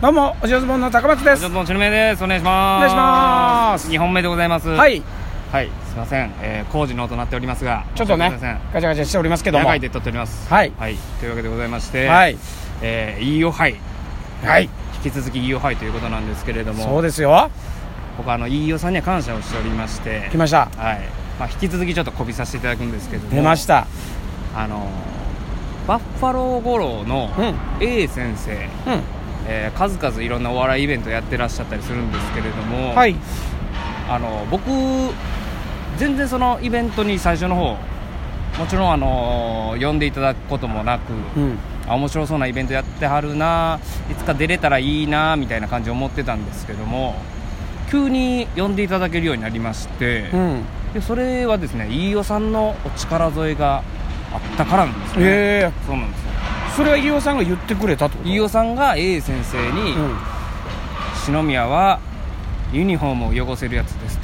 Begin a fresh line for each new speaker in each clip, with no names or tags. どうもおしゃずぼんの高松です
ちょっとちぬめです。お願いします。
お願いします
二本目でございます。
は
はい。
い
すいません。えー工事の音なっておりますが。
ちょっとね
申し訳ございま
ガチャガチャしておりますけ
せ
ど
ん。
も
長
はいい
で撮っております。
はい
はい。というわけでございまして。
はい。
えー、いいおはい。引き続きいいおはいということなんですけれども。
そうですよ
僕あのいいおさんには感謝をしておりまして。
来ました
はい。まあ引き続きちょっとこびさせていただくんですけれども。。
出ましたた
あのーバッファロー五郎の
うん
A 先生。
う
えー数々いろんなお笑いイベントやってらっしゃったりするんですけれども、
んはい
あの僕全然そのイベントに最初の方もちろんあの呼んでいただくこともなく、
うん
あ面白そうなイベントやってはるないつか出れたらいいなみたいな感じ思ってたんですけども急に呼んでいただけるようになりまして、
うん
でそれはですね飯尾さんのお力添えがあったからなんですね、
ええ
そうなんですよ
それは飯尾さんが言ってくれたってこと
飯尾さんが A 先生に、
うん
篠宮はユニフォームを汚せるやつです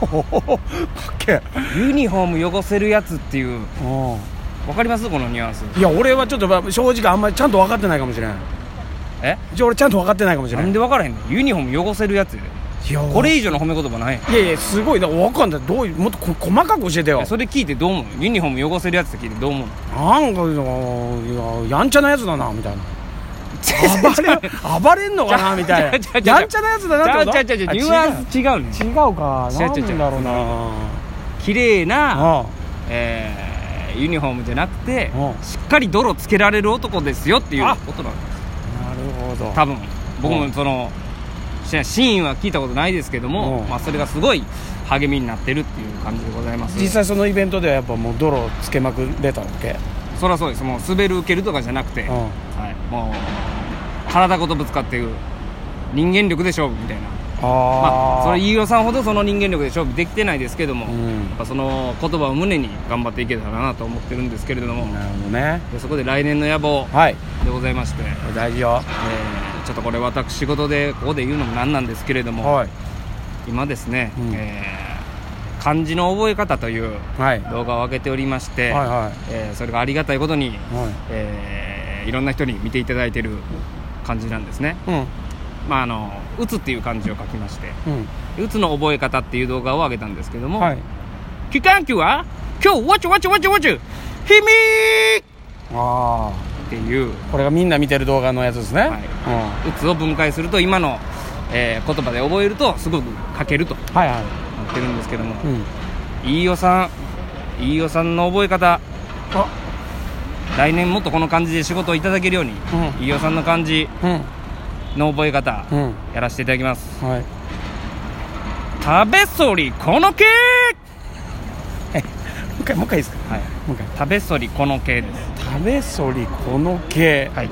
と
ほほほほかっけえ
ユニフォーム汚せるやつっていう
う
わかりますこのニュアンス
んいや俺はちょっとまあ正直あんまりちゃんと分かってないかもしれない
え
じゃあ俺ちゃんと分かってないかもしれ
な
ない
んで分からへんのユニフォーム汚せるやつやで
いや
こ
これ
れ以上の褒め言葉ない
いやいやすごいだから分かんないどういうもっとこ細かく教えて
や
よ
んそれ聞いてどう思うユニフォーム汚せるやつって聞いてどう思う
なんかいややんちゃなやつだなみたいな暴れ暴れんのかなみたいな
ちゃうちゃ
や
うちゃう
んちゃなやつだなってこと
違う違う違うニュアンス違うねん
違うか
違う
なん
違う違う
だろうな
綺麗な
あ
えーユニフォームじゃなくて
うん
しっかり泥つけられる男ですよっていうことなの
あなるほど
多分僕
う
も
ん
そのシーンは聞いたことないですけども
うん
まあそれがすごい励みになってるっていう感じでございます
実際そのイベントではやっぱもう泥をつけまくれたわけ
そりゃそうですもう滑る受けるとかじゃなくて、
うん
はい、もう体ごとぶつかっていく人間力で勝負みたいな
あ、
まあ、それ
い
飯尾さんほどその人間力で勝負できてないですけども、
う
や
ん
っぱその言葉を胸に頑張っていけたらなと思ってるんですけれども、
なるほどね
でそこで来年の野望
はい
でございまして、
これ大事よ
えーちょっとこれ私事でここで言うのもなんなんですけれども、
はい
今ですね、
うん
えー漢字の覚え方という
はい
動画を上げておりまして、
はいは
えーそれがありがたいことに
いはい
えーいろんな人に見ていただいてる感じなんですね、
うん
まあ、あの「うつ」っていう漢字を書きまして
うん
「うつの覚え方」っていう動画を上げたんですけども、
はい
期間球は今日わちゅわちゅわちゅわちゅひみー
あ
っていう
あこれがみんな見てる動画のやつですね、
はい「うつ」を分解すると今の、えー言葉で覚えるとすごく書けると
うん、はいはい
なってるんですけども、
うん
飯尾さん飯尾さんの覚え方
あ
来年もっとこの感じで仕事をいただけるように、
う
飯尾さんの漢字
う
の覚え方、
んうん
やらせていただきます
はい
食べそりこの系
もう一回もう一回いいですか
はい
もう一回
食べそりこの系です
食べそりこの系
はい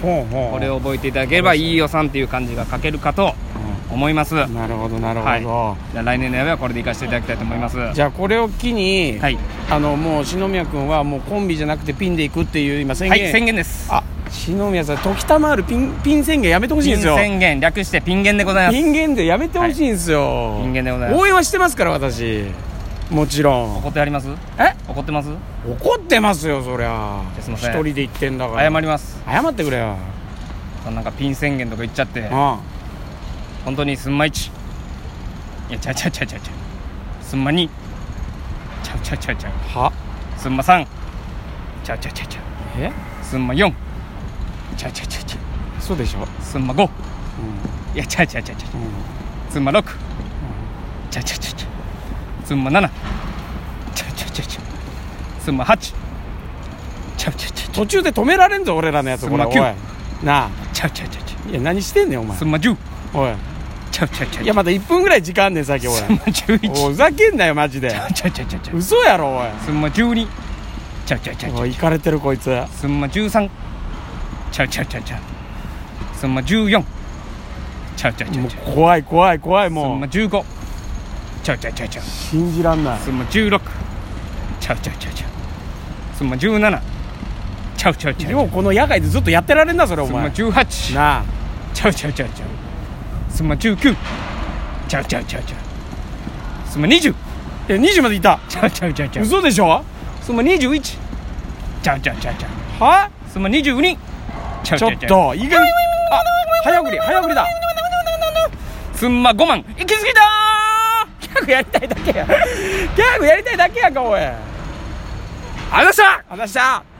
ほうほう
これを覚えていただければいいよさんっていう漢字が書けるかと思いますは
うん
い
なるほどなるほど、
じゃあ来年のやべはこれでいかせていただきたいと思いますは
じゃあこれを機に、
い
あのもう篠宮君はもうコンビじゃなくてピンでいくっていう今宣
は
言、
い宣言です
あ篠宮さん時たまわるピンピン宣言やめてほしいん
ピ
で
ン
すよ
宣言略してピンゲンでございます
ピン言でやめてほしいんですよ、
ピン言でございます
応援はしてますから私もちろん
怒ってあります
え
怒ってます
怒ってますよそりゃ
いやすい
一
ません
人で言ってんだから
謝ります
謝ってくれよ、
そのなんかピン宣言とか言っちゃって
あ
本当にすんまいちいやちゃうちゃうちゃうちゃうちゃうすんまにちゃうちゃうちゃうちゃう
あは
すんまさんちゃうちゃうちゃうちゃ
え
うすんま4ちゃうちゃうちゃうちゃう
そうでしょ、うん
すんま5いやちゃうちゃうちゃうちゃ
うん
うすんま6ちゃうちゃうちゃうちゃうすんま7ちゃうちゃうちゃうちゃうすんま8ちゃうちゃうちゃうちゃう
途中で止められんぞ俺らのやつ
す
こ
ん
れ
ま
おい
きゅう
なあ
ちゃうちゃうちゃうちゃ
いや何してんねんお
う
前
すんま10
おい
ちゃうちゃうち
い
ゃうちゃ
や
う
まだ1分ぐらい時間あんねんさっき おい
すんま11
おいふざけんなよマジで
ちゃうちゃうちゃうちゃうちゃう
嘘やろおい
すんま12ちゃうちゃうちゃうちゃ
お
う
い行かれてるこいつ
すんま13ちゃうちゃうちゃうちゃうすんま14ちゃうちゃうちゃ
も
う
う
ちゃう
怖い怖い怖い
すん
も
ま
う
15ちゃうちゃうちゃうちゃう
信じらんない
すんま16ちゃうちゃうちゃうちゃうすんま17ちゃうちゃうちゃう
でもこの野外でずっとやってられんなそれお
すんま
前
18
なあ
ちゃうちゃうちゃうちゃうすんま19ちゃうちゃうちゃうちゃうすんま20
いや20までいた
ちゃうちゃうちゃうちゃう
嘘でしょ
すんま21ちゃうちゃうちゃうちゃう
は
すんま22ちゃ
ち
うち
ょ
ゃ
っ
うちゃう
といい加減あ早送り早送りだ
すんま5万行き過ぎた
ギャグやりたいだけやギャグやりたいだけやんかおい
ーありがとうございました
話した